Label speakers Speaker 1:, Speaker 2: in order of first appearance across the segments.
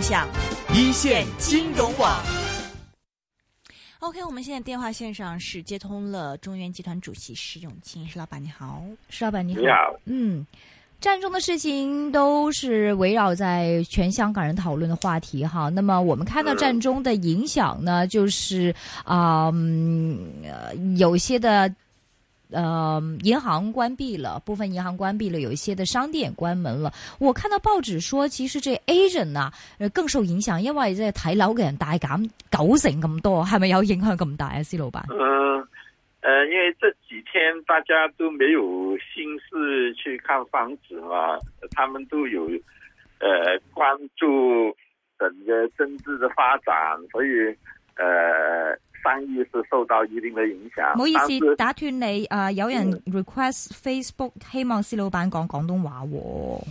Speaker 1: 响
Speaker 2: 一线金融网。
Speaker 1: OK，我们现在电话线上是接通了中原集团主席石永清，石老板你好，
Speaker 3: 石老板你好，
Speaker 4: 你好，
Speaker 3: 嗯，战争的事情都是围绕在全香港人讨论的话题哈。那么我们看到战争的影响呢，就是啊、嗯呃有些的。呃，银行关闭了，部分银行关闭了，有一些的商店关门了。我看到報紙說，其實這 agent 啊，呃更受影響，因為即係睇樓嘅人大減九成咁多， 係咪有影響咁大啊？施老闆，
Speaker 4: 嗯呃，因为这几天大家都没有心思去看房子嘛，他们都有呃关注整个政治的发展，所以呃生意是受到一定的影响。
Speaker 3: 唔好意
Speaker 4: 但是
Speaker 3: 思，打斷你。啊、有人
Speaker 4: 嗯
Speaker 3: request Facebook，希望施老闆講廣東話喎。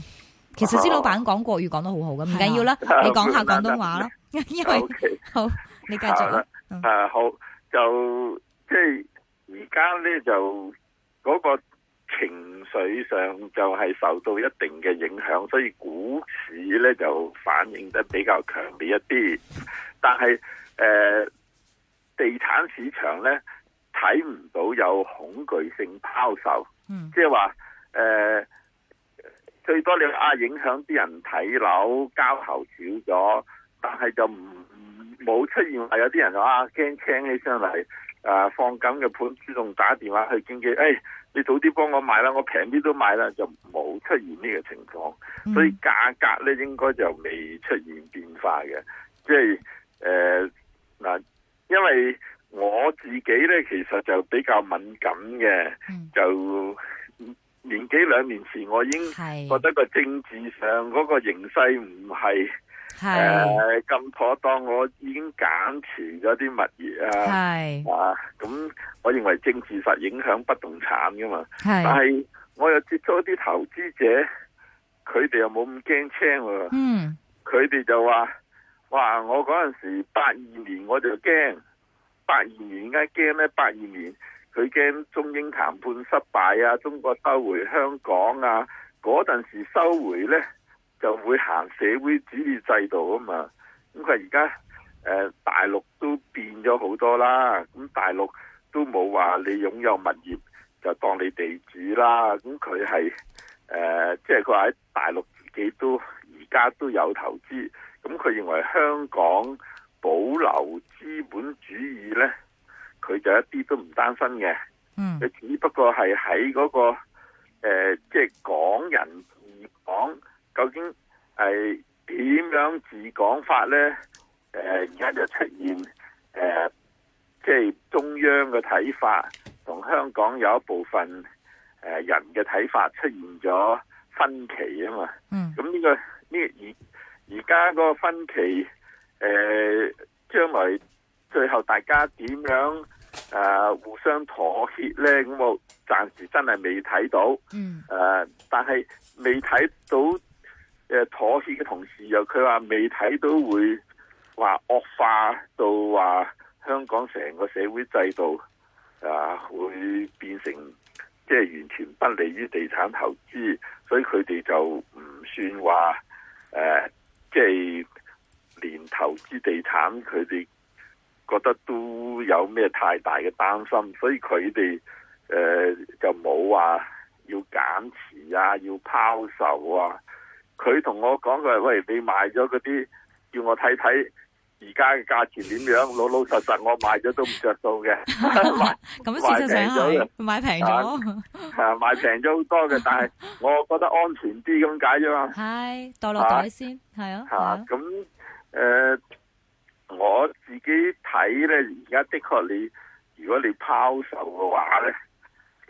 Speaker 3: 其實施老闆講國語講得好好嘅，唔緊要 啦，
Speaker 4: 係啊
Speaker 3: 你講下廣東話啦， 因為
Speaker 4: 啊 OK，
Speaker 3: 好，你繼續
Speaker 4: 好
Speaker 3: 啦
Speaker 4: 啦。
Speaker 3: 嗯
Speaker 4: 啊好，就即系而家咧就嗰、个情绪上就系受到一定嘅影响，所以股市咧就反应得比较强烈一啲，但系诶、呃地产市场咧睇唔到有恐惧性抛售。
Speaker 3: 嗯
Speaker 4: 即係話诶，最多你話啊影響啲人睇樓交投少咗，但係就唔冇出現話有啲人話啊驚青起上嚟，诶、放緊嘅盤主動打電話去經紀，诶、你早啲幫我買啦，我平啲都買啦，就冇出現呢個情況。
Speaker 3: 嗯
Speaker 4: 所以價格咧應該就未出現變化嘅，即係誒嗱，因為我自己咧其實就比較敏感嘅，
Speaker 3: 嗯
Speaker 4: 就年幾兩年前我已經覺
Speaker 3: 係
Speaker 4: 得個政治上嗰個形勢唔係
Speaker 3: 係
Speaker 4: 誒咁妥當，我已經減持咗啲物業啊
Speaker 3: 係
Speaker 4: 啊，咁我認為政治實影響不動產噶嘛。但
Speaker 3: 係，
Speaker 4: 係我又接觸一啲投資者，佢哋又冇咁驚青喎，
Speaker 3: 嗯
Speaker 4: 佢哋就話：，哇！我嗰陣時八二年我就驚，八二年而家驚咧，八二年佢驚中英談判失敗啊，中國收回香港啊，嗰陣時收回咧就會行社會主義制度啊嘛。咁佢而家誒大陸都變咗好多啦，咁大陸都冇話你擁有物業就當你地主啦，咁佢係誒即係佢話喺大陸自己都而家都有投資，咁佢認為香港保留資本主義呢，佢就一啲都唔擔心嘅，
Speaker 3: 嗯
Speaker 4: 佢呃只不過係喺嗰個誒即係港人治港究竟係點樣治港法呢？誒而家就出現誒，呃即、係、中央嘅睇法同香港有一部分誒、呃人嘅睇法出現咗分歧啊嘛。
Speaker 3: 嗯
Speaker 4: 咁呢、個呢、而而家嗰個分歧，誒、將來最後大家點樣誒、呃互相妥協咧？咁我暫時真係未睇到。
Speaker 3: 嗯
Speaker 4: 誒、但係未睇到誒、呃妥協嘅同時，又佢話未睇到會話惡化到話香港成個社會制度啊、會變成即係完全不利於地產投資，所以佢哋就唔算話誒、呃即係連投資地產佢哋覺得都有咩太大嘅擔心，所以佢哋誒就冇話。要減持啊，要拋售啊。佢同我講佢話：喂，你賣咗嗰啲，叫我睇睇而家嘅價錢點樣，老老實實我賣咗都唔着數嘅，賣
Speaker 1: 咁事實上係買平咗
Speaker 4: 咗，啊賣平咗好多嘅，但係我覺得安全啲咁解啫嘛。
Speaker 3: 係袋落袋先係啊係
Speaker 4: 吓
Speaker 3: 啊
Speaker 4: 咁诶，呃我自己睇咧，而家的確你如果你拋售嘅話咧，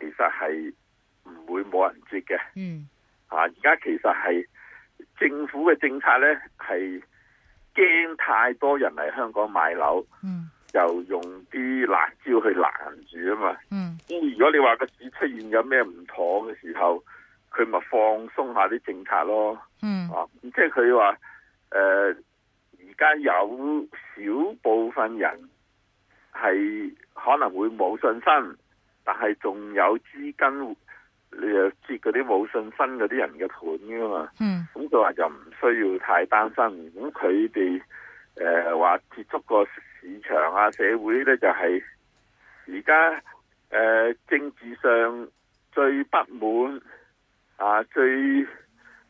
Speaker 4: 其實係唔會冇人接嘅。
Speaker 3: 嗯
Speaker 4: 啊，而家其實係政府嘅政策咧，係驚太多人嚟香港買樓，
Speaker 3: 嗯
Speaker 4: 就用啲辣椒去攔住啊嘛。
Speaker 3: 嗯
Speaker 4: 咁如果你話個市出現有咩唔妥嘅時候，佢咪放鬆下啲政策咯。
Speaker 3: 嗯
Speaker 4: 啊，即係佢話誒，呃而家有少部分人係可能會冇信心，但係仲有資金你又接嗰啲冇信心嗰啲人嘅盤噶嘛。
Speaker 3: 嗯
Speaker 4: 咁佢話就唔需要太擔心。咁佢哋誒話接觸個市場啊、社會咧，就係而家誒政治上最不滿啊、最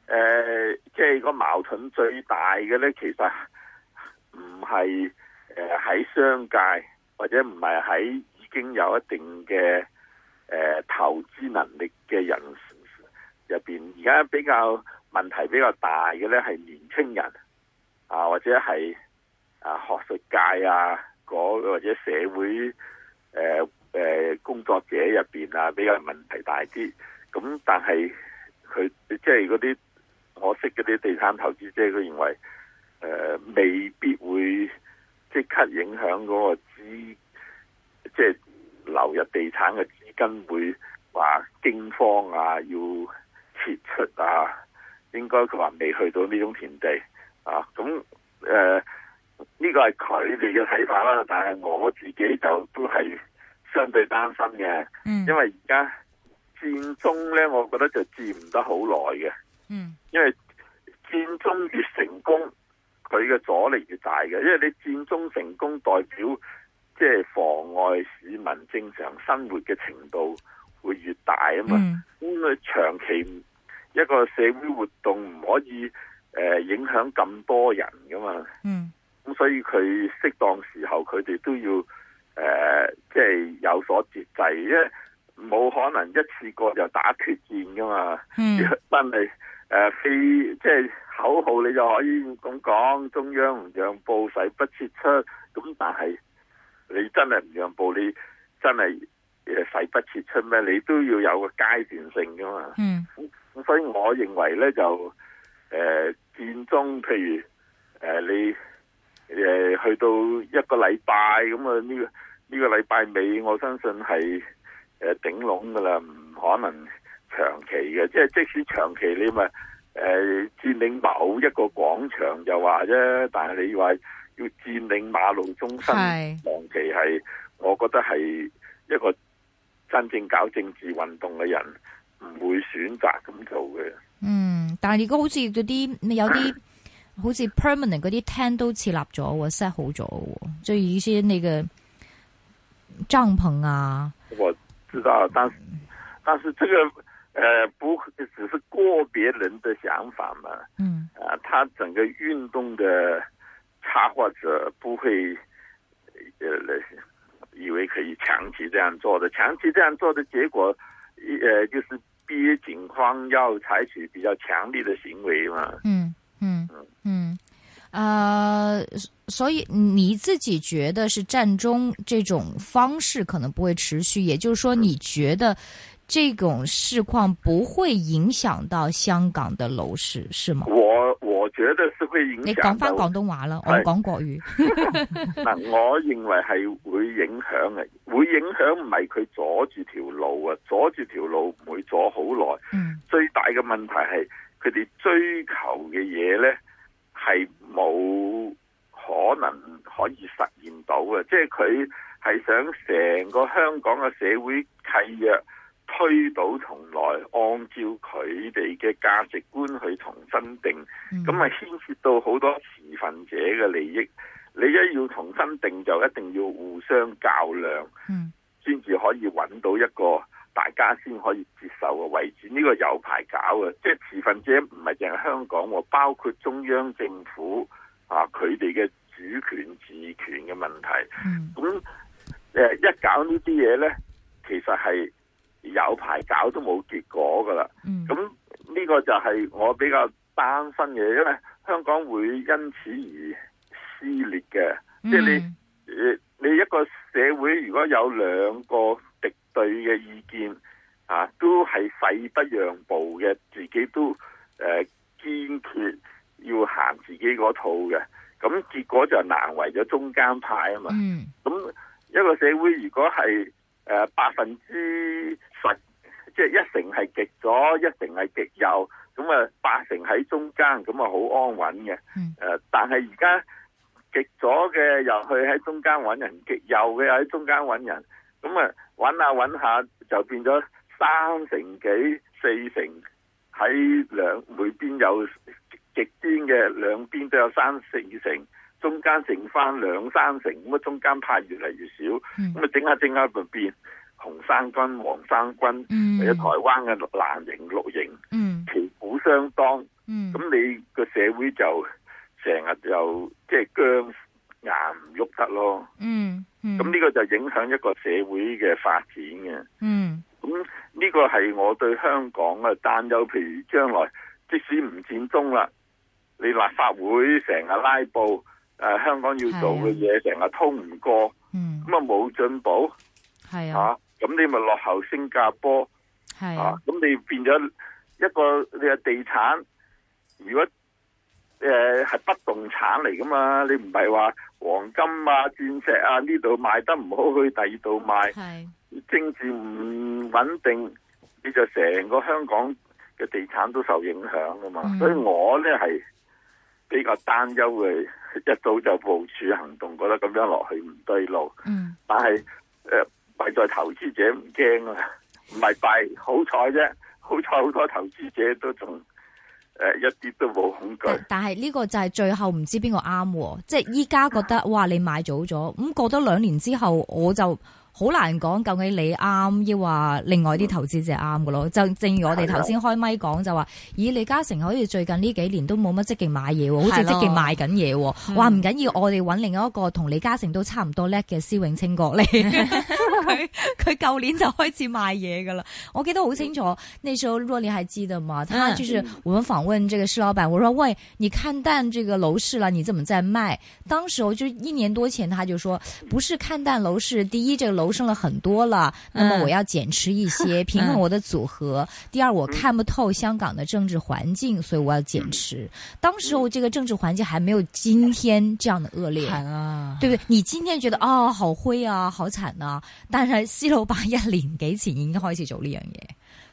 Speaker 4: 誒即係個矛盾最大嘅咧，其實唔係誒喺商界，或者唔係喺已經有一定嘅誒、呃投資能力嘅人入邊，而家比較問題比較大嘅咧係年青人啊，或者係啊學術界啊，嗰或者社會誒誒、呃工作者入邊啊，比較問題大啲。咁但係佢即係嗰啲我識嗰啲地產投資者，佢認為誒、呃未必會即刻影響嗰個資，即係流入地產嘅資金會話驚慌啊，要撤出啊。應該佢話未去到呢種田地啊。咁誒呢個係佢哋嘅睇法啦，但係我自己就都係相對擔心嘅，
Speaker 3: 嗯
Speaker 4: 因為而家佔中呢，我覺得就佔唔得好耐嘅，
Speaker 3: 嗯
Speaker 4: 因為佔中越成功，佢嘅阻力越大嘅，因為你佔中成功代表即係妨礙市民正常生活嘅程度會越大啊嘛。
Speaker 3: 嗯
Speaker 4: 咁佢長期一個社會活動唔可以誒、呃影響咁多人噶嘛，
Speaker 3: 嗯
Speaker 4: 咁所以佢適當時候佢哋都要誒、呃即係有所節制，因為冇可能一次過就打決戰噶嘛。
Speaker 3: 嗯
Speaker 4: 真係誒非即係口號，你就可以咁講，中央唔讓步，誓不撤出。咁但係你真係唔讓步，你真係誒呃誓不撤出咩？你都要有個階段性噶嘛。
Speaker 3: 嗯
Speaker 4: 咁所以我認為咧就誒、呃、戰中，譬如誒、呃你誒、呃去到一個禮拜咁啊，呢、個呢、個禮拜尾，我相信呃係誒頂籠噶啦，唔可能長期嘅。即係即使長期你咪誒、呃、佔領某一個廣場就話啫，但係你話要佔領馬路中心，
Speaker 3: 係
Speaker 4: 長期係，我覺得係一個真正搞政治運動嘅人。唔會選擇咁做嘅。
Speaker 3: 嗯，但係而家好似嗰啲有啲好似 permanent 嗰啲 tent 都設立咗喎，set 好咗喎，即係意思你嘅帳篷啊，
Speaker 4: 我知道，但是但是這個呃，不只是個別人的想法嘛，
Speaker 3: 嗯
Speaker 4: 啊，他整個運動的策劃者不會呃以為可以長期這樣做的，長期這樣做的結果，呃，就是逼警方要採取比較強力的行為嘛。
Speaker 3: 嗯嗯嗯，呃，所以你自己觉得是战中这种方式可能不会持续，也就是说，你觉得这种市况不会影响到香港的楼市，是吗？
Speaker 4: 我我覺得是會影
Speaker 3: 你
Speaker 4: 響
Speaker 3: 講翻
Speaker 4: 到
Speaker 3: 廣東話啦，我
Speaker 4: 係
Speaker 3: 講國語。
Speaker 4: 嗱，我認為係會影響嘅，會影響唔係佢阻住條路啊，阻住條路唔會阻好耐。
Speaker 3: 嗯
Speaker 4: 最大嘅問題係佢哋追求嘅嘢呢，係冇可能可以實現到嘅，即係佢係想成個香港嘅社會契約推倒重來，按照佢哋嘅價值觀去重新定。
Speaker 3: 嗯
Speaker 4: 咁咪牽涉到好多持份者嘅利益。你一要重新定，就一定要互相較量，
Speaker 3: 嗯
Speaker 4: 先至可以揾到一個大家先可以接受嘅位置。呢、個有排搞嘅，即係持份者唔係淨係香港喎，包括中央政府啊，佢哋嘅主權治權嘅問題。
Speaker 3: 嗯
Speaker 4: 咁誒一搞呢啲嘢呢，其實係有排搞都冇結果噶啦。
Speaker 3: 嗯
Speaker 4: 咁呢個就係我比較擔心嘅，因為香港會因此而撕裂嘅。
Speaker 3: 嗯
Speaker 4: 即係你誒，你一個社會如果有兩個敵對嘅意見啊，都係勢不讓步嘅，自己都誒堅決要行自己嗰套嘅，咁結果就難為咗中間派啊嘛。
Speaker 3: 嗯
Speaker 4: 咁一個社會如果係誒百分之十，即係一成係極左，一成係極右，咁啊八成喺中間，咁啊好安穩嘅。誒、呃
Speaker 3: 嗯
Speaker 4: 但係而家極左嘅又去喺中間揾人，極右嘅又喺中間揾人，咁啊揾下揾下就變咗三成幾四成喺兩每邊有極端嘅兩邊都有三四成，中間剩翻兩三成，咁啊中間派越嚟越少，
Speaker 3: 嗯
Speaker 4: 咁啊整下整下就變紅衫軍、黃衫軍，
Speaker 3: 嗯
Speaker 4: 或者台灣嘅藍營、綠營，
Speaker 3: 嗯
Speaker 4: 旗鼓相當，
Speaker 3: 嗯
Speaker 4: 咁你個社會就成日就即係僵硬唔喐得咯。
Speaker 3: 嗯嗯
Speaker 4: 咁呢個就影響一個社會嘅發展嘅。
Speaker 3: 嗯
Speaker 4: 咁呢個係我對香港嘅擔憂。譬如將來即使唔佔中啦，你立法會成日拉布，誒、香港要做嘅嘢成日通唔過，
Speaker 3: 嗯
Speaker 4: 咁啊冇進步
Speaker 3: 係
Speaker 4: 嚇，咁、
Speaker 3: 啊
Speaker 4: 你咪落後新加坡
Speaker 3: 係
Speaker 4: 嚇。咁、
Speaker 3: 啊
Speaker 4: 你變咗一個你嘅地產，如果誒係、不動產嚟噶嘛，你唔係話黃金啊、鑽石啊呢度賣得唔好，去第二度賣。
Speaker 3: 係
Speaker 4: 政治唔穩定，你就成個香港嘅地產都受影響噶嘛。
Speaker 3: 嗯
Speaker 4: 所以我呢係比較擔憂嘅，一早就部署行動，覺得咁樣落去唔對路。
Speaker 3: 嗯
Speaker 4: 但係誒，弊、在投資者唔驚啊，唔係弊，好彩啫，好彩好多投資者都仲誒、一啲都冇恐懼。
Speaker 3: 但但係呢個就係最後唔知邊個啱喎，即係依家覺
Speaker 1: 啊
Speaker 3: 得哇你買早咗，咁過多兩年之後我就好難講究竟你啱，抑或另外啲投資者啱嘅咯。就正如我哋頭先開咪講就話，咦李嘉誠好似最近呢幾年都冇乜積極買嘢喎，好似
Speaker 1: 係咯
Speaker 3: 積極賣緊嘢喎。
Speaker 1: 嗯
Speaker 3: 哇唔緊要，我哋揾另一個同李嘉誠都差唔多叻嘅施永清 過嚟，佢佢舊年就開始賣嘢嘅啦。我記得好清楚，那時候若你還記得嗎？他
Speaker 1: 嗯
Speaker 3: 就是我們訪問這個施老闆，我說：喂，你看淡這個樓市了，你怎麼在賣？當時候就一年多前，他就說，不是看淡樓市，第一，這个樓升了很多了，那
Speaker 1: 嗯
Speaker 3: 么我要减持一些，平衡我的组合；第二，我看不透香港的政治环境，所以我要减持。当时候这个政治环境还没有今天这样的恶劣。
Speaker 1: 係啊，
Speaker 3: 对不对？你今天覺得哦好灰啊，好慘啊，但係施老闆一年幾前已經開始做呢樣嘢，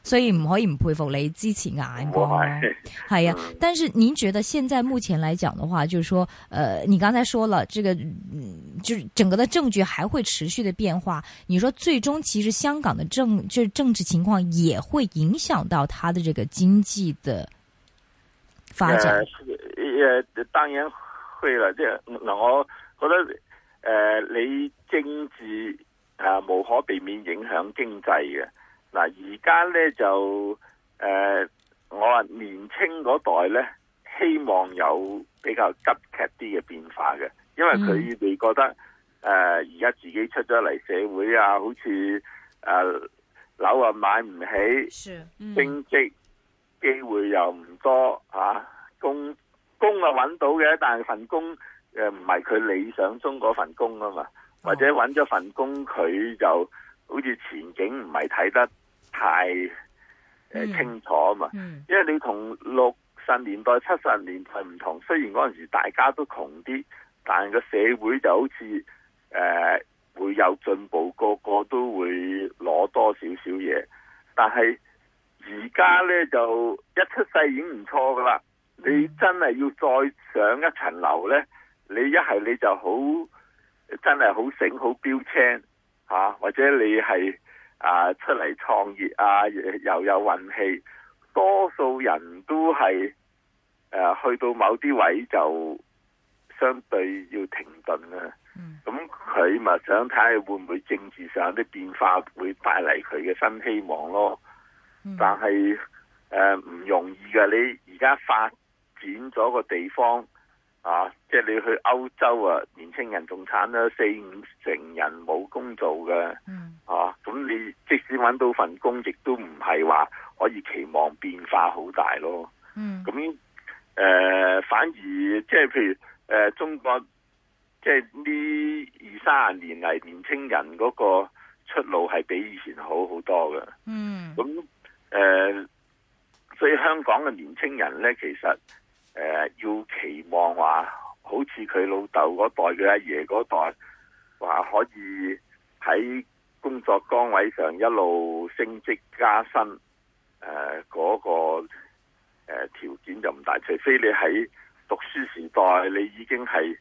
Speaker 3: 所以唔可以唔佩服你之前嘅眼光咯。
Speaker 4: 係
Speaker 3: 係啊，但是您覺得現在目前來講的話，就是說，呃，你剛才說了，這個嗯就是整個的政局還會持續的變化。你說最終其實香港的政就是政治情況也會影響到它的這個經濟的發展。
Speaker 4: 呃誒、呃，當然會啦，即係嗱，我覺得誒、呃你政治啊、無可避免影響經濟嘅。嗱、而家咧就誒、呃我話年青嗰代咧，希望有比較急劇啲嘅變化嘅，因為佢哋覺得誒呃而家自己出咗嚟社會啊，好似誒、呃樓啊買唔起。
Speaker 3: 是，
Speaker 1: 嗯
Speaker 4: 升職機會又唔多啊，工工啊揾到嘅，但係份工誒唔係佢理想中嗰份工啊嘛，或者揾咗份工佢就好似前景唔係睇得太誒、呃
Speaker 1: 嗯
Speaker 4: 清楚啊嘛，
Speaker 1: 嗯
Speaker 4: 因為你同六十年代、七十年代唔同，雖然嗰陣時大家都窮啲，但係個社會就好似誒、呃、會有進步，個個都會攞多少少嘢。但係而家呢，就一出世已經唔錯噶啦，你真係要再上一層樓呢，你一係你就好真係好醒好標青嚇、啊或者你係啊出嚟創業啊又有運氣，多數人都係誒、呃去到某啲位就相對要停頓啦。咁佢咪想睇下會唔會政治上啲變化會帶嚟佢嘅新希望咯。但係誒唔容易嘅，你而家發展咗個地方啊，即係你去歐洲啊，年青人仲慘啦，四五成人冇工做嘅。
Speaker 3: 嗯
Speaker 4: 啊，咁你即使揾到份工，亦都唔係話可以期望變化好大咯。
Speaker 3: 嗯
Speaker 4: 咁誒、呃反而即係譬如誒、呃中國，即係呢二三十年嚟，年青人嗰個出路係比以前好好多嘅。
Speaker 3: 嗯
Speaker 4: 咁誒、呃所以香港嘅年青人咧，其實誒、呃要期望話，好似佢老豆嗰代、佢阿爺嗰代，話可以喺工作崗位上一路升職加薪，誒、嗰、個誒、呃、條件就唔大，除非你喺讀書時代你已經係誒、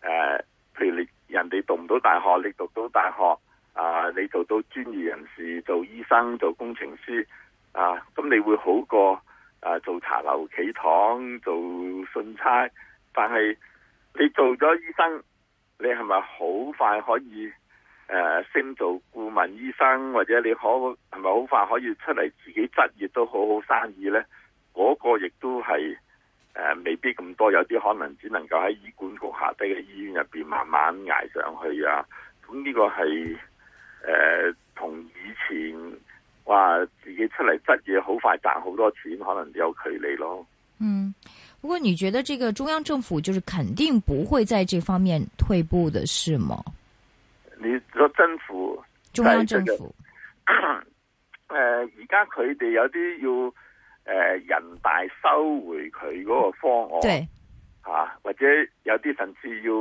Speaker 4: 呃譬如你人哋讀唔到大學，你讀到大學。啊，你做到專業人士，做醫生，做工程師，啊，咁你會好過啊做茶樓企堂，做信差。但係你做咗醫生，你係咪好快可以誒、啊升做顧問醫生，或者你可係咪好快可以出嚟自己執業都好好生意呢？嗰、個亦都係。誒、未必咁多，有啲可能只能夠喺醫管局下低嘅醫院入邊慢慢捱上去啊。咁呢個係誒呃同以前話自己出嚟執嘢好快賺好多錢，可能有距離咯。
Speaker 3: 嗯，不过你觉得这个中央政府就是肯定不会在这方面退步的，是吗？
Speaker 4: 你個政府
Speaker 3: 中央政
Speaker 4: 哎
Speaker 3: 府，
Speaker 4: 誒呃而家佢哋有啲要誒、呃人大收回佢嗰個方案。
Speaker 3: 对，
Speaker 4: 吓、或者有啲甚至要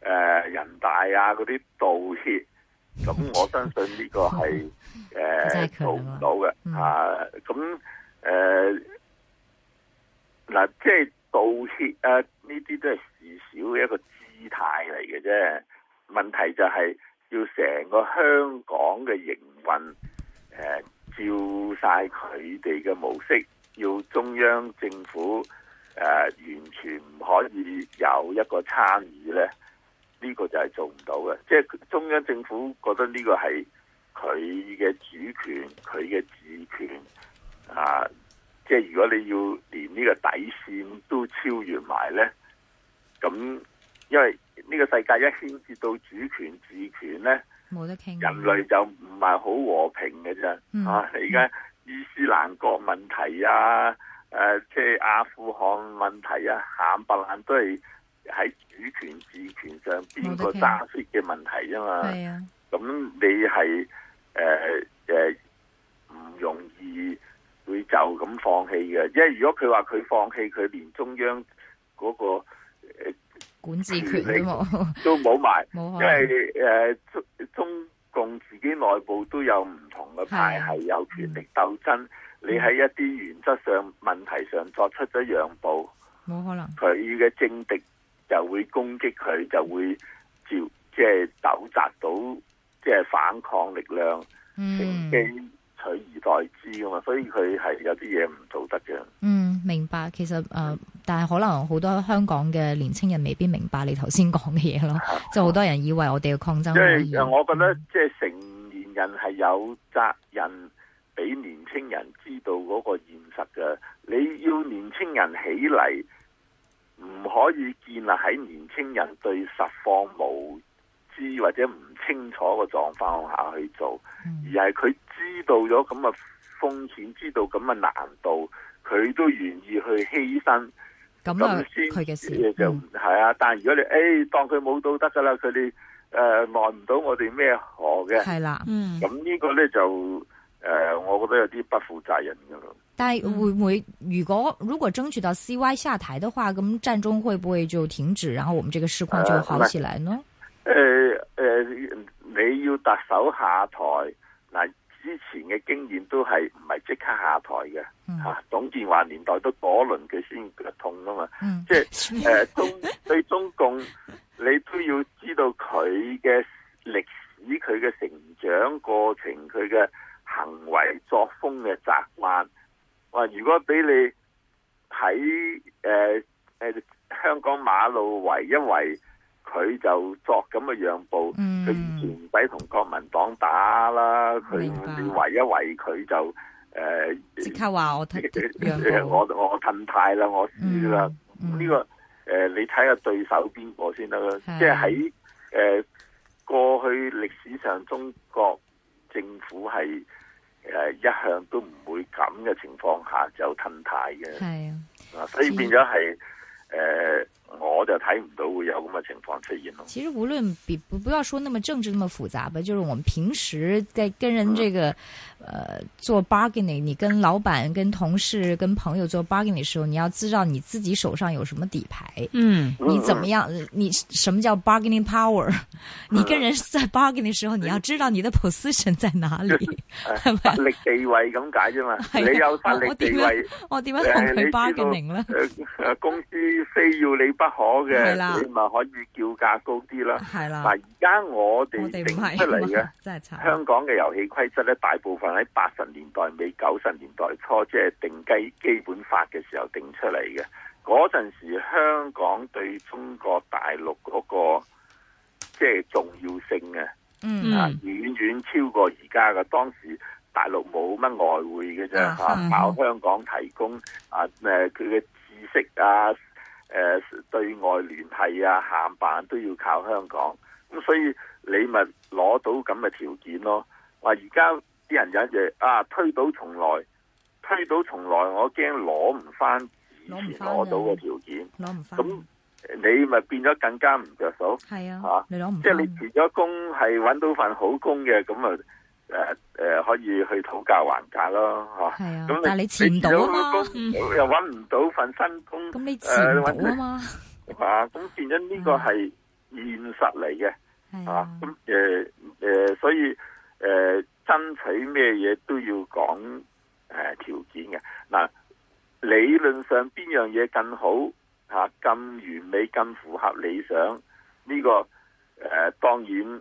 Speaker 4: 诶、呃人大啊嗰啲道歉，咁我相信呢個 係
Speaker 3: 唔
Speaker 4: 诶
Speaker 3: 太可
Speaker 4: 做
Speaker 3: 能
Speaker 4: 唔
Speaker 3: 啊
Speaker 4: 到嘅
Speaker 3: 嗯
Speaker 4: 吓，咁诶嗱，即係道歉啊，呢啲都係事小嘅一個姿態嚟嘅啫。問題就係要成個香港嘅營運诶、呃照晒佢哋嘅模式，要中央政府。誒、完全唔可以有一個參與咧，呢、個就係做唔到嘅。即係中央政府覺得呢個係佢嘅主權，佢嘅治權啊。即係如果你要連呢個底線都超越埋咧，咁因為呢個世界一牽涉到主權治權咧，
Speaker 3: 冇得倾。啊
Speaker 4: 人類就唔係好和平嘅啫。
Speaker 3: 嗯
Speaker 4: 啊，而家伊斯蘭國問題啊，誒、即係阿富汗問題啊，冚唪唥都係喺主權治權上邊個
Speaker 3: 冇得傾
Speaker 4: 揸 fit 嘅問題啫嘛。
Speaker 3: 系啊，
Speaker 4: 咁你係呃誒誒呃唔容易會就咁放棄嘅，因為如果佢話佢放棄，佢連中央嗰個
Speaker 3: 管治权都冇，
Speaker 4: 都冇埋。
Speaker 3: 冇可
Speaker 4: 因
Speaker 3: 能。
Speaker 4: 為诶中中共自己內部都有唔同嘅派系，有權力鬥爭。你喺一啲原則上問題上作出咗讓步，
Speaker 3: 冇可能。
Speaker 4: 佢嘅政敵就會攻擊佢，就會召即係糾集到即係反抗力量，乘
Speaker 3: 嗯
Speaker 4: 機取而代之噶嘛。所以佢係有啲嘢唔做得嘅。
Speaker 3: 嗯，明白。其實诶、呃但係可能好多香港嘅年青人未必明白你頭先講嘅嘢咯，即係好多人以為我哋嘅抗爭
Speaker 4: 因
Speaker 3: 可
Speaker 4: 為
Speaker 3: 以
Speaker 4: 誒我覺得即係成年人係有責任俾年青人知道嗰個現實嘅。你要年青人起嚟，唔可以建立喺年青人對實況無知或者唔清楚嘅狀況下去做，
Speaker 3: 嗯
Speaker 4: 而係佢知道咗咁嘅風險，知道咁嘅難度，佢都願意去犧牲。
Speaker 3: 咁啊
Speaker 4: 咁，先
Speaker 3: 佢嘅事
Speaker 4: 就
Speaker 3: 嗯
Speaker 4: 係啊。但係如果你誒、當佢冇到得噶啦，佢哋誒耐唔到我哋咩河嘅，
Speaker 3: 係啦。
Speaker 1: 嗯
Speaker 4: 咁呢個咧就誒、呃我覺得有啲不負責任噶咯。
Speaker 3: 但係會唔會如果如果爭取到 CY 下台的話，咁戰中會不會就停止，然後我們這個市況就好起來呢？
Speaker 4: 誒、誒、你要特首下台嗱，之前嘅經驗都係唔係即刻下台嘅嚇、
Speaker 3: 嗯
Speaker 4: 董建華年代都嗰輪佢先腳痛噶嘛。
Speaker 3: 嗯
Speaker 4: 即 係誒、呃中 對中共，你都要知道佢嘅歷史、佢嘅成長過程、佢嘅行為作風嘅習慣。話如果俾你喺誒誒香港馬路圍一圍，佢就作咁嘅讓步。佢以前
Speaker 3: 嗯
Speaker 4: 唔使同國民黨打啦，佢
Speaker 3: 明白
Speaker 4: 你圍一圍佢就呃誒。
Speaker 3: 即刻話 我讓
Speaker 4: 我
Speaker 3: 步，
Speaker 4: 我褪太啦，我輸啦。
Speaker 3: 嗯嗯
Speaker 4: 呢、個誒、呃你睇下對手邊個先啦。
Speaker 3: 係
Speaker 4: 即係喺誒過去歷史上，中國政府係誒、呃一向都唔會咁嘅情況下就褪太嘅，
Speaker 3: 係啊。
Speaker 4: 啊所以變咗係誒，我就睇唔到會有咁嘅情況出現咯。
Speaker 3: 其实无论比不不要说那么政治那么复杂吧，就是我们平时在跟人这个，呃，做 bargaining，你跟老板、跟同事、跟朋友做 bargaining 的时候，你要知道你自己手上有什么底牌，
Speaker 1: 嗯
Speaker 4: 嗯
Speaker 3: 你怎么样，你什么叫 bargaining power？你跟人在 bargaining 的时候，你要知道你的 position 在哪里， 系咪？
Speaker 4: 實力地位咁解啫嘛，
Speaker 3: 係啊
Speaker 4: 你有實
Speaker 3: 我
Speaker 4: 力
Speaker 3: 點
Speaker 4: 地
Speaker 3: 樣
Speaker 4: 位。
Speaker 3: 我点样同
Speaker 4: 哎誒你
Speaker 3: 佢
Speaker 4: 知道呃
Speaker 3: bargaining 咧？
Speaker 4: 诶、公司非要你不不可嘅，
Speaker 3: 係啦
Speaker 4: 你咪可以叫價高啲啦。
Speaker 3: 係
Speaker 4: 嗱，
Speaker 3: 啦，
Speaker 4: 而家我
Speaker 3: 我
Speaker 4: 哋
Speaker 3: 哋
Speaker 4: 定
Speaker 3: 唔係
Speaker 4: 出嚟 嘅。
Speaker 3: 真係慘，
Speaker 4: 香港嘅遊戲規則咧，大部分喺八十年代尾、九十年代初，即係定基基本法嘅時候定出嚟嘅。嗰陣時，香港對中國大陸嗰、個即係重要性啊，
Speaker 3: 嗯
Speaker 4: 啊
Speaker 1: 嗯
Speaker 4: 遠遠超過而家嘅。當時大陸冇乜外匯嘅啫，
Speaker 3: 啊
Speaker 4: 嚇、
Speaker 3: 係
Speaker 4: 靠香港提供啊誒佢嘅知識啊，誒、對外聯繫啊、喊辦都要靠香港。咁所以你咪攞到咁嘅條件咯。話而家啲人有一嘢啊，推倒重來，推倒重來，我驚攞唔翻以
Speaker 3: 攞唔
Speaker 4: 前
Speaker 3: 返啊
Speaker 4: 攞到嘅條件，
Speaker 3: 攞唔翻，
Speaker 4: 咁你咪變咗更加唔着數。
Speaker 3: 係啊
Speaker 4: 啊，
Speaker 3: 你攞唔
Speaker 4: 即係你
Speaker 3: 翻，
Speaker 4: 辭咗工係揾到份好工嘅，咁啊誒誒可以去討價還價咯嚇。
Speaker 3: 係啊
Speaker 4: 咁，
Speaker 3: 但係你辭唔到啊嘛，
Speaker 4: 你辭咗工又揾唔到份新工，
Speaker 3: 咁你辭唔到啊嘛，
Speaker 4: 啊咁變咗
Speaker 3: 嗯
Speaker 4: 呢個係現實嚟嘅。
Speaker 3: 係
Speaker 4: 啊
Speaker 3: 啊，，
Speaker 4: 咁誒誒，所以誒、呃、爭取咩嘢都要講誒、呃、條件嘅。嗱、理論上邊樣嘢更好嚇、啊更完美、更符合理想呢、個誒、呃、當然誒、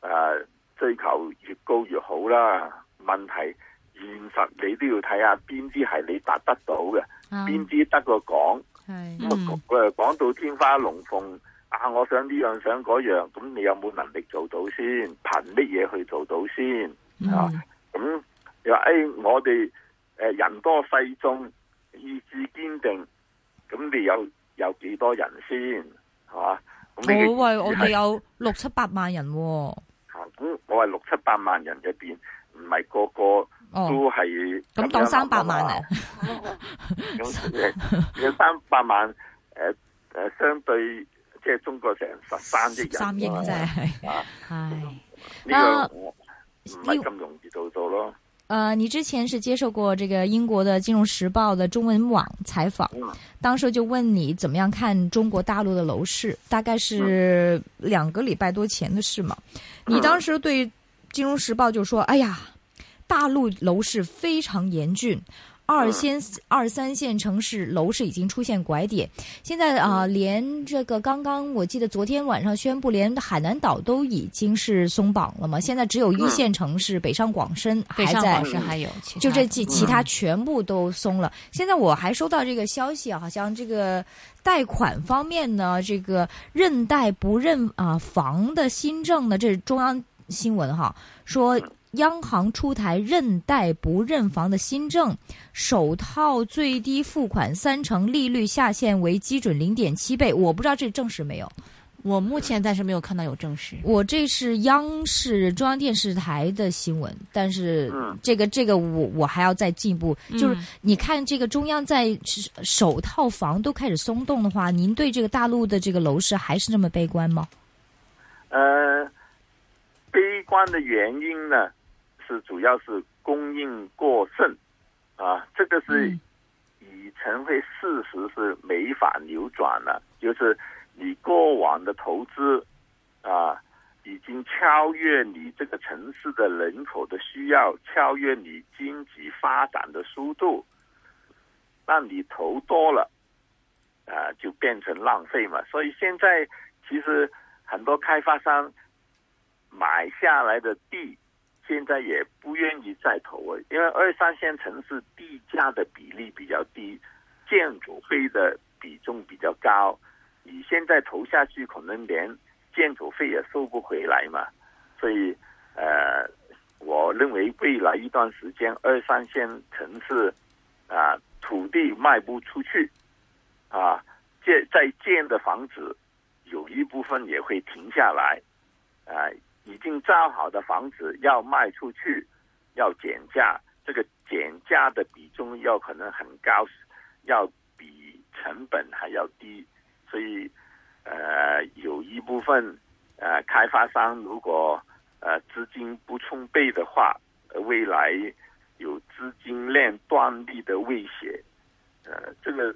Speaker 4: 呃追求越高越好啦。問題現實你都要睇下邊啲係你達得到嘅，啊
Speaker 3: 啱，
Speaker 4: 邊啲得個講。
Speaker 3: 啊係
Speaker 1: 嗯
Speaker 4: 咁啊，誒講到天花龍鳳啊，我想呢樣想嗰樣，咁你有冇能力做到先？憑乜嘢去做到先？
Speaker 3: 嗯
Speaker 4: 啊，咁你話誒，我哋誒人多勢眾，意志堅定，咁你有有幾多人先？係嘛？咁你嘅
Speaker 3: 冇喂，我
Speaker 4: 意志
Speaker 3: 哋
Speaker 4: 係
Speaker 3: 有六七百萬人喎，哦，
Speaker 4: 啊咁我係六七百萬人入邊，唔係個個都係
Speaker 3: 哦咁
Speaker 4: 樣諗
Speaker 3: 當
Speaker 4: 啊
Speaker 3: 三百萬啊，
Speaker 4: 咁誒有三百萬誒誒，相對即係中國成十三億人，
Speaker 3: 三億真係，
Speaker 4: 啊
Speaker 1: 嗯
Speaker 3: 唉。
Speaker 4: 呢個我唔係咁容易做到咯。
Speaker 3: 呃，你之前是接受过这个英国的《金融时报》的中文网采访，
Speaker 4: 嗯
Speaker 3: 当时就问你怎么样看中国大陆的楼市，大概是
Speaker 1: 嗯
Speaker 3: 两个礼拜多前的事嘛。
Speaker 4: 嗯
Speaker 3: 你当时对《金融时报》就说：“哎呀，大陆楼市非常严峻。”
Speaker 1: 嗯
Speaker 3: 二线、二三线城市楼市已经出现拐点，现在啊、
Speaker 1: 嗯
Speaker 3: 连这个刚刚我记得昨天晚上宣布，连海南岛都已经是松绑了嘛，现在只有一
Speaker 4: 嗯
Speaker 3: 线城市北上广深
Speaker 1: 北
Speaker 3: 还
Speaker 1: 上
Speaker 3: 在嗯
Speaker 1: 广深还有其他
Speaker 3: 就这
Speaker 1: 的嗯
Speaker 3: 几其他全部都松了。现在我还收到这个消息啊，好像这个贷款方面呢，这个认贷不认啊、房的新政呢，这是中央新闻哈，说央行出台认贷不认房的新政，首套最低付款三成，利率下限为基准零点七倍。我不知道这证实没有，
Speaker 1: 我目前暂时没有看到有证实。
Speaker 3: 我这是央视中央电视台的新闻，但是
Speaker 4: 嗯
Speaker 3: 这个这个我我还要再进一步，就是
Speaker 1: 嗯
Speaker 3: 你看这个中央在首套房都开始松动的话，您对这个大陆的这个楼市还是这么悲观吗？
Speaker 4: 呃，悲观的原因呢，是主要是供应过剩啊，这个是
Speaker 1: 嗯
Speaker 4: 已成为事实，是没法扭转了。就是你过往的投资啊，已经超越你这个城市的人口的需要，超越你经济发展的速度，那你投多了。啊，就变成浪费嘛。所以现在其实很多开发商买下来的地，现在也不愿意再投了，因为二三线城市地价的比例比较低，建筑费的比重比较高，你现在投下去，可能连建筑费也收不回来嘛。所以，呃，我认为未来一段时间，二三线城市啊、土地卖不出去，啊，建在建的房子有一部分也会停下来，啊，已经造好的房子要卖出去，要减价，这个减价的比重要可能很高，要比成本还要低，所以呃，有一部分呃开发商如果呃资金不充沛的话，呃未来有资金链断裂的威胁，呃，这个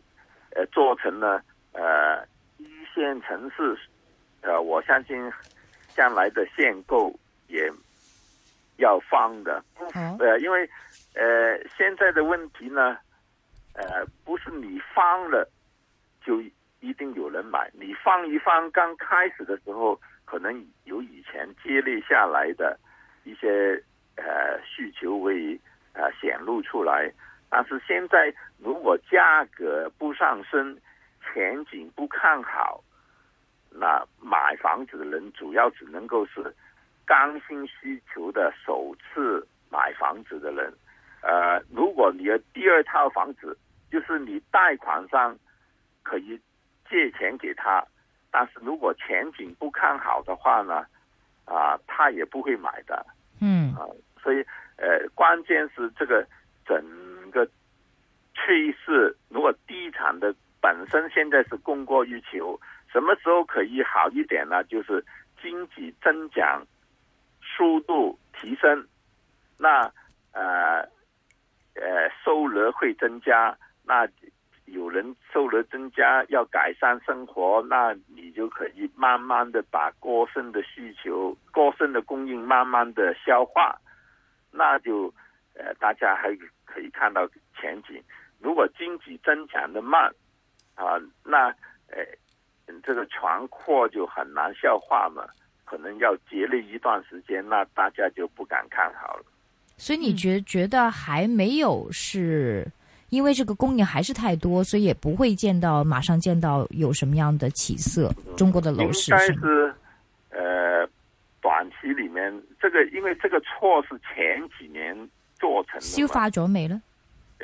Speaker 4: 呃做成了呃一线城市，呃，我相信将来的限购也要放的，
Speaker 3: 哦，
Speaker 4: 呃，因为呃现在的问题呢，呃，不是你放了就一定有人买。你放一放，刚开始的时候可能有以前积累下来的一些呃需求会呃显露出来，但是现在如果价格不上升，前景不看好，那买房子的人主要只能够是刚性需求的首次买房子的人。呃，如果你的第二套房子就是你贷款上可以借钱给他，但是如果前景不看好的话呢，啊、他也不会买的。
Speaker 3: 嗯
Speaker 4: 啊，所以呃，关键是这个整个趋势，如果地产的本身现在是供过于求，什么时候可以好一点呢？就是经济增长速度提升，那呃呃收入会增加，那有人收入增加要改善生活，那你就可以慢慢的把过剩的需求、过剩的供应慢慢的消化，那就呃大家还可以看到前景。如果经济增长的慢啊，那呃这个船货就很难消化嘛，可能要节累一段时间，那大家就不敢看好了。
Speaker 3: 所以你觉觉得还没有是因为这个供应还是太多，所以也不会见到马上见到有什么样的起色。中国的楼
Speaker 4: 应
Speaker 3: 市
Speaker 4: 该
Speaker 3: 是吗？
Speaker 4: 是呃，短期里面这个，因为这个错是前几年做成的
Speaker 3: 消
Speaker 4: 嘛，
Speaker 3: 化咗未呢？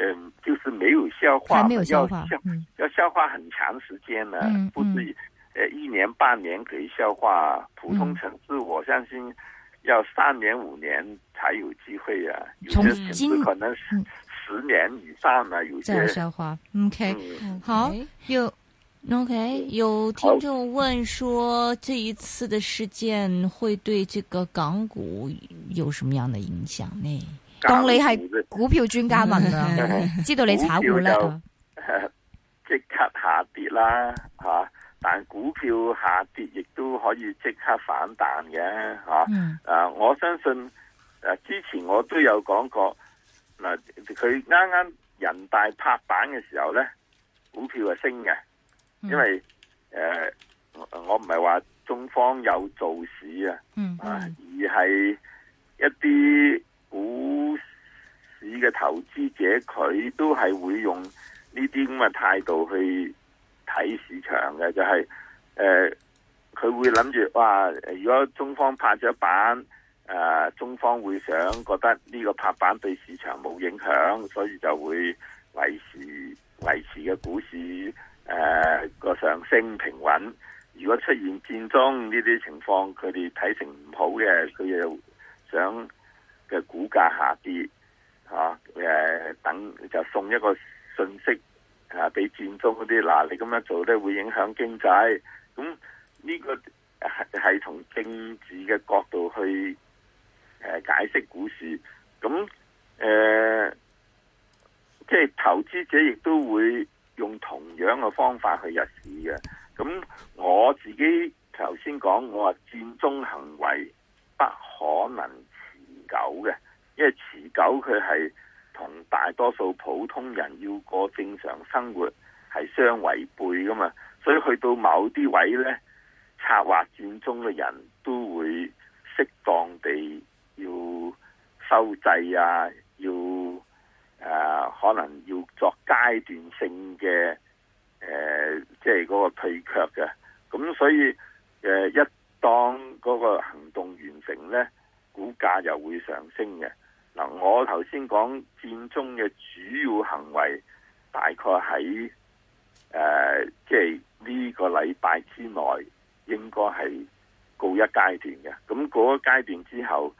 Speaker 4: 嗯、就是没有消化嘛，
Speaker 3: 还没有消化
Speaker 4: 要消，
Speaker 3: 嗯
Speaker 4: 要消化很长时间呢，
Speaker 3: 嗯
Speaker 4: 不是呃一年半年可以消化。普通城市，我相信要三年五年才有机会啊，有
Speaker 3: 从
Speaker 4: 些城
Speaker 3: 今
Speaker 4: 市可能十
Speaker 3: 嗯
Speaker 4: 十年以上呢，有些
Speaker 3: 再有消化。OK，
Speaker 4: 嗯。
Speaker 3: 好
Speaker 1: OK
Speaker 3: 又
Speaker 1: OK，有听众问说，这一次的事件会对这个港股有什么样的影响呢？
Speaker 3: 當你嗯
Speaker 4: 港
Speaker 3: 係
Speaker 4: 股嘅
Speaker 3: 股票專家問啦， 知道你炒股叻啊？
Speaker 4: 即刻下跌啦，吓、但股票下跌亦都可以即刻反彈嘅，吓、啊。
Speaker 3: 嗯
Speaker 4: 我相信诶、啊之前我都有講過，嗱、佢啱啱人大拍板嘅時候咧，股票係升嘅，因為诶、誒我我唔係話中方有做市啊。
Speaker 3: 嗯
Speaker 4: 啊，而係一啲股市嘅投資者，佢都係會用呢啲咁嘅態度去睇市場嘅，就係、呃佢會諗住哇，如果中方拍咗板，誒、中方會想覺得呢個拍板對市場冇影響，所以就會維持維持嘅股市誒個、上升平穩。如果出現戰爭呢啲情況，佢哋睇成唔好嘅，佢又想嘅股價下跌，嚇、啊、誒等就送一個信息啊俾戰中嗰啲，嗱、你咁樣做咧會影響經濟，咁呢個係係從政治嘅角度去誒、解釋股市，咁誒、即係投資者亦都會用同樣嘅方法去入市嘅。咁我自己頭先講，我話佔中行為不可能持久嘅，因為持久佢係同大多數普通人要過正常生活係相違背噶嘛，所以去到某啲位呢，策劃佔中嘅人都會適當地要呃收制啊，要誒、呃可能要作階段性嘅。誒、即係嗰個退卻嘅。咁所以誒、呃一當嗰個行動完成呢，股價又會上升嘅。嗱，我頭先講佔中嘅主要行為，大概喺誒呃即係呢個禮拜之內，應該係呃告一階段嘅。咁告一階段之後，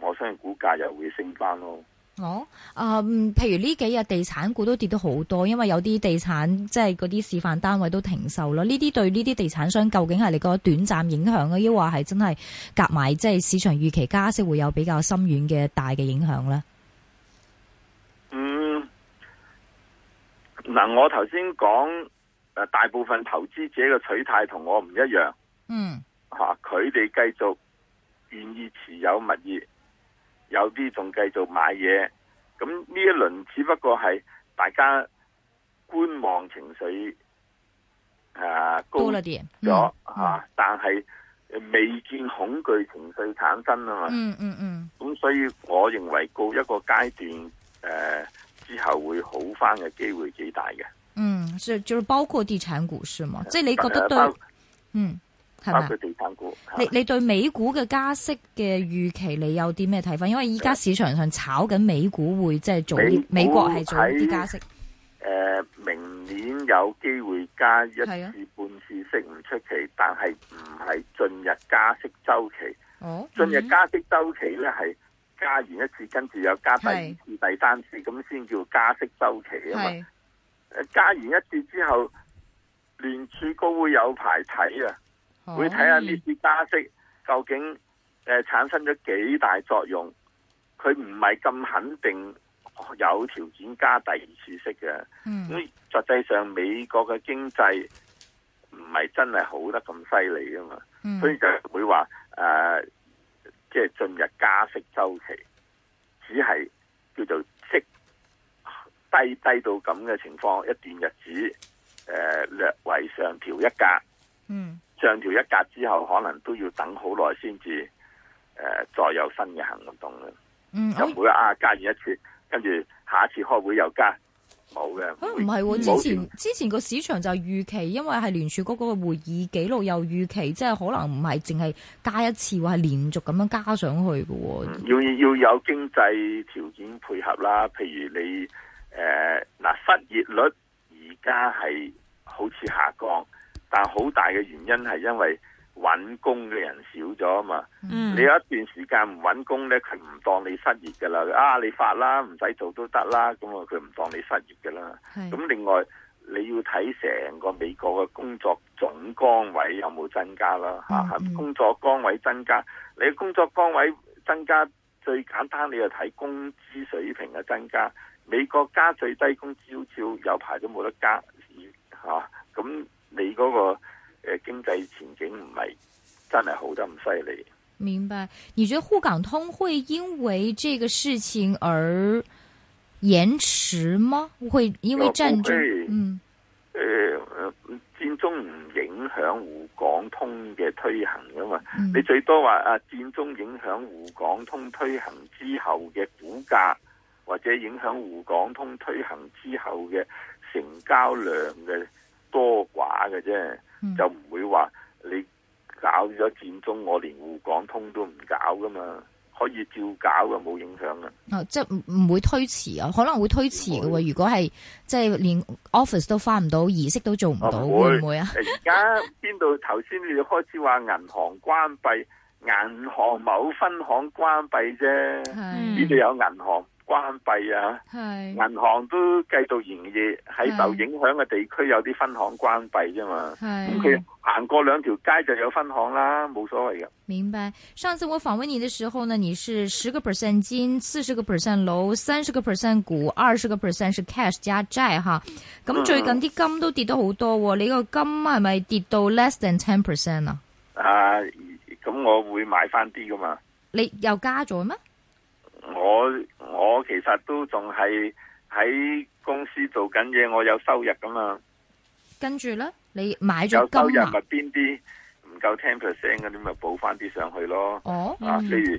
Speaker 4: 我相信股價又會升翻咯。
Speaker 3: 我啊、嗯譬如呢幾日地產股都跌咗好多，因為有啲地產即係嗰啲示範單位都停售啦。呢啲對呢啲地產商究竟係你個短暫影響啊，抑或係真係夾埋即係市場預期加息會有比較深遠嘅大嘅影響咧？
Speaker 4: 嗯，嗱，我頭先講诶，大部分投資者嘅取態同我唔一樣
Speaker 3: 嗯
Speaker 4: 吓，啊佢哋繼續願意持有物業，有啲仲繼續買嘢。咁呢一輪只不過係大家觀望情緒啊高
Speaker 3: 多了點，嗯
Speaker 4: 咗啊，但係未見恐懼情緒產生啊嘛。
Speaker 3: 嗯嗯嗯
Speaker 4: 咁所以我認為告一個階段，誒、之後會好翻嘅機會幾大嘅，
Speaker 3: 嗯，是就是包括地產股市嘛，即係你覺得
Speaker 4: 誒
Speaker 3: 對，
Speaker 4: 呃包
Speaker 3: 嗯係
Speaker 4: 包
Speaker 3: 咪？
Speaker 4: 括地產股。啊
Speaker 3: 你你對美股嘅加息嘅預期，你有啲咩睇法？因為依家市場上炒緊美股會即係早啲，美
Speaker 4: 美股
Speaker 3: 國係早啲加息，
Speaker 4: 誒、呃明年有機會加一次
Speaker 3: 係啊
Speaker 4: 半次息唔出奇，但係唔係進入加息周期。
Speaker 3: 哦，
Speaker 4: 進入加息周期咧係加完一次，跟住又加第二
Speaker 3: 係
Speaker 4: 次、第三次，咁先叫加息周期啊嘛。
Speaker 3: 係
Speaker 4: 誒加完一次之後，聯儲高會有排睇啊。
Speaker 3: 哦
Speaker 4: 會睇下呢次加息究竟誒、呃、產生咗幾大作用。佢唔係咁肯定有條件加第二次息嘅。
Speaker 3: 嗯
Speaker 4: 咁實際上美國嘅經濟唔係真係好得咁犀利噶嘛，
Speaker 3: 嗯
Speaker 4: 所以就會話誒、呃即係進入加息周期，只係叫做息低低到咁嘅情況一段日子，誒、略為上調一格。
Speaker 3: 嗯
Speaker 4: 上調一格之後，可能都要等好耐先至誒再有新嘅行動啦。
Speaker 3: 嗯，
Speaker 4: 就唔會話啊加完一次，跟住下一次開會又加，冇嘅。
Speaker 3: 可能
Speaker 4: 會
Speaker 3: 啊唔係
Speaker 4: 冇
Speaker 3: 喎，之前之前個市場就預期，因為係聯儲局嗰個會議記錄又預期，即係可能唔係淨係加一次，話係連續咁樣加上去嘅喎。
Speaker 4: 嗯要要有經濟條件配合啦。譬如你誒嗱、失業率而家係好似下降，但好大嘅原因係因為揾工嘅人少咗啊嘛。
Speaker 1: 嗯
Speaker 4: 你有一段時間唔揾工咧，佢唔當你失業噶啦。啊，你發啦，唔使做都得啦。咁啊，佢唔當你失業噶啦。
Speaker 3: 係
Speaker 4: 咁另外你要睇成個美國嘅工作總崗位有冇增加啦。嚇、
Speaker 3: 嗯嗯
Speaker 4: 工作崗位增加，你嘅工作崗位增加最簡單，你就睇工資水平嘅增加。美國加最低工資好似有排都冇得加嚇，啊咁、你嗰、個誒、呃、經濟前景唔係真係好得咁犀利。
Speaker 3: 明白。你覺得沪港通會因為這個事情而延遲嗎？會因為戰
Speaker 4: 我不會
Speaker 3: 爭？嗯
Speaker 4: 誒、呃，戰中唔影響滬港通嘅推行噶嘛？
Speaker 3: 嗯
Speaker 4: 你最多話啊，戰中影響滬港通推行之後嘅股價，或者影響滬港通推行之後嘅成交量嘅多寡嘅啫，
Speaker 3: 嗯
Speaker 4: 就唔會話你搞咗戰中，我連滬港通都唔搞噶嘛，可以照搞嘅，冇影響嘅。
Speaker 3: 哦即係唔唔會推遲啊，可能會推遲嘅
Speaker 4: 唔
Speaker 3: 喎。如果係即係連 office 都翻唔到，儀式都做唔到，
Speaker 4: 啊唔會
Speaker 3: 會唔會啊？
Speaker 4: 而家邊度頭先你哋開始話銀行關閉，銀行某分行關閉啫，
Speaker 1: 嗯
Speaker 4: 邊度有銀行關閉啊？
Speaker 3: 係
Speaker 4: 銀行都繼續營業，喺受影響嘅地區有啲分行關閉啫嘛。
Speaker 3: 係
Speaker 4: 咁佢行過兩條街就有分行啦，冇所謂嘅。
Speaker 3: 明白。上次我訪問你的时候呢，你是十个 percent 金，四十个 percent 楼，三十个 percent 股，二十个 percent 是 cash 加债哈。咁
Speaker 4: 嗯
Speaker 3: 最近啲金都跌得好多喎，你個金係咪跌到 less than ten percent 啊？
Speaker 4: 啊，咁我會買翻啲噶嘛。
Speaker 3: 你又加咗咩？
Speaker 4: 我我其實都仲係喺公司做緊嘢，我有收入噶嘛。
Speaker 3: 跟住咧，你買
Speaker 4: 有
Speaker 3: 咗
Speaker 4: 收入
Speaker 3: 金啊
Speaker 4: 咪？邊啲唔夠 ten percent 嗰啲咪補翻啲上去咯。
Speaker 3: 哦，
Speaker 4: 啊，譬如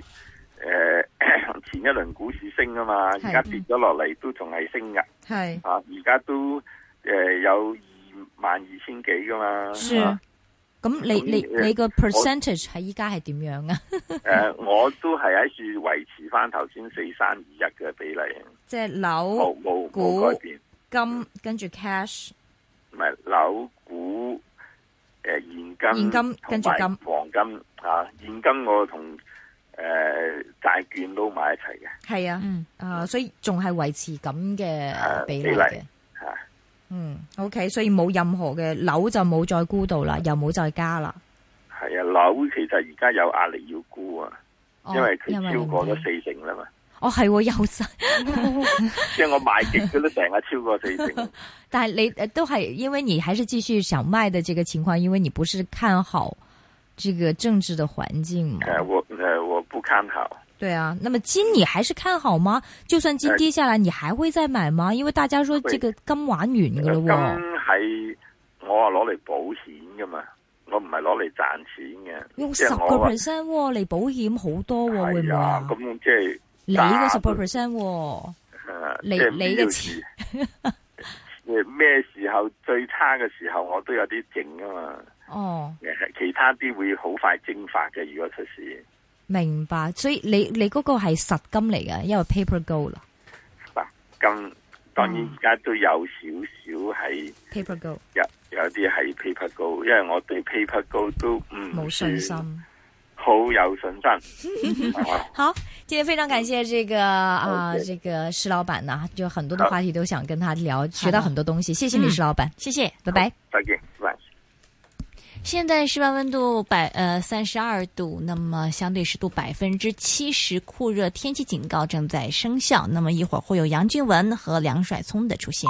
Speaker 4: 誒、 前一輪股市升啊嘛，而家
Speaker 3: 係
Speaker 4: 跌咗落嚟都仲係升㗎。
Speaker 3: 係，
Speaker 4: 啊，而家都誒、呃有二萬二千幾噶嘛。
Speaker 3: 是
Speaker 4: 啊
Speaker 3: 咁你你
Speaker 4: 咁呃
Speaker 3: 你個 percentage 喺依家係點樣啊？
Speaker 4: 誒、呃我都係喺處維持翻頭先四三二一嘅比例，
Speaker 3: 即係樓
Speaker 4: 冇、冇
Speaker 3: 股
Speaker 4: 冇改變。
Speaker 3: 金跟住 cash，
Speaker 4: 唔係樓股誒、現
Speaker 3: 現
Speaker 4: 金、
Speaker 3: 金跟住金、
Speaker 4: 黃金啊，現金我同誒、債券撈埋一齊嘅。
Speaker 3: 係啊。
Speaker 1: 嗯
Speaker 3: 啊，所以仲係維持咁嘅
Speaker 4: 啊
Speaker 3: 比例
Speaker 4: 比例
Speaker 3: 嘅
Speaker 4: 啊。
Speaker 3: 嗯，OK，所以冇任何嘅樓就冇再估到啦，又冇再加啦。
Speaker 4: 係啊，樓其實而家有壓力要沽啊，
Speaker 3: 哦
Speaker 4: 因為佢超過
Speaker 3: 你
Speaker 4: 咗
Speaker 3: 唔
Speaker 4: 四成啦嘛，
Speaker 3: 哦係喎，又真，
Speaker 4: 即係我賣極佢都成日超過四 成，
Speaker 3: 但係你呃都係因為你還是繼續想賣的這個情況，因為你不是看好這個政治的環境嘛。
Speaker 4: 誒呃我誒我不看好，
Speaker 3: 对啊，那麼金你還是看好嗎？就算金
Speaker 4: 呃
Speaker 3: 跌下來，你還會再買嗎？因為大家說這個金玩完噶
Speaker 4: 咁
Speaker 3: 咯喎。
Speaker 4: 係我我啊攞嚟保險噶嘛，我唔係攞嚟賺錢嘅。
Speaker 3: 用
Speaker 4: 即
Speaker 3: 十
Speaker 4: 係
Speaker 3: 個
Speaker 4: 我話
Speaker 3: percent 喎，你保險好多喎，會唔會
Speaker 4: 係啊
Speaker 3: 啊？
Speaker 4: 咁即係
Speaker 3: 你嗰十個 percent 喎，
Speaker 4: 啊
Speaker 3: 你
Speaker 4: 即係
Speaker 3: 你嘅
Speaker 4: 必要時誒 咩時候最差嘅時候，我都有啲剩啊嘛。
Speaker 3: 哦，
Speaker 4: 誒其他啲會好快蒸發嘅，如果出事。
Speaker 3: 明白。所以你你嗰個係實金嚟嘅，因為 paper gold 啦
Speaker 4: 嗱，咁當然
Speaker 3: 嗯
Speaker 4: 而家都有少少係
Speaker 3: ，paper gold
Speaker 4: 有有啲係 paper 高，因為我對 paper 高都
Speaker 1: 嗯
Speaker 4: 唔
Speaker 3: 冇信
Speaker 4: 算
Speaker 3: 心。
Speaker 4: 好有信 心。啊
Speaker 3: 好，今天非常感謝這個啊，
Speaker 4: OK
Speaker 3: 這個石老闆呢，就很多的
Speaker 4: 好
Speaker 3: 話題都想跟他聊，學到
Speaker 1: 好的
Speaker 3: 很多東西。謝謝你，
Speaker 1: 嗯
Speaker 3: 石老闆，
Speaker 1: 谢谢。
Speaker 3: 拜拜。
Speaker 4: 再見，拜拜。
Speaker 1: 现在室外温度百呃三十二度，那么相对湿度百分之七十，酷热天气警告正在生效。那么一会儿会有杨俊文和梁甩葱的出现。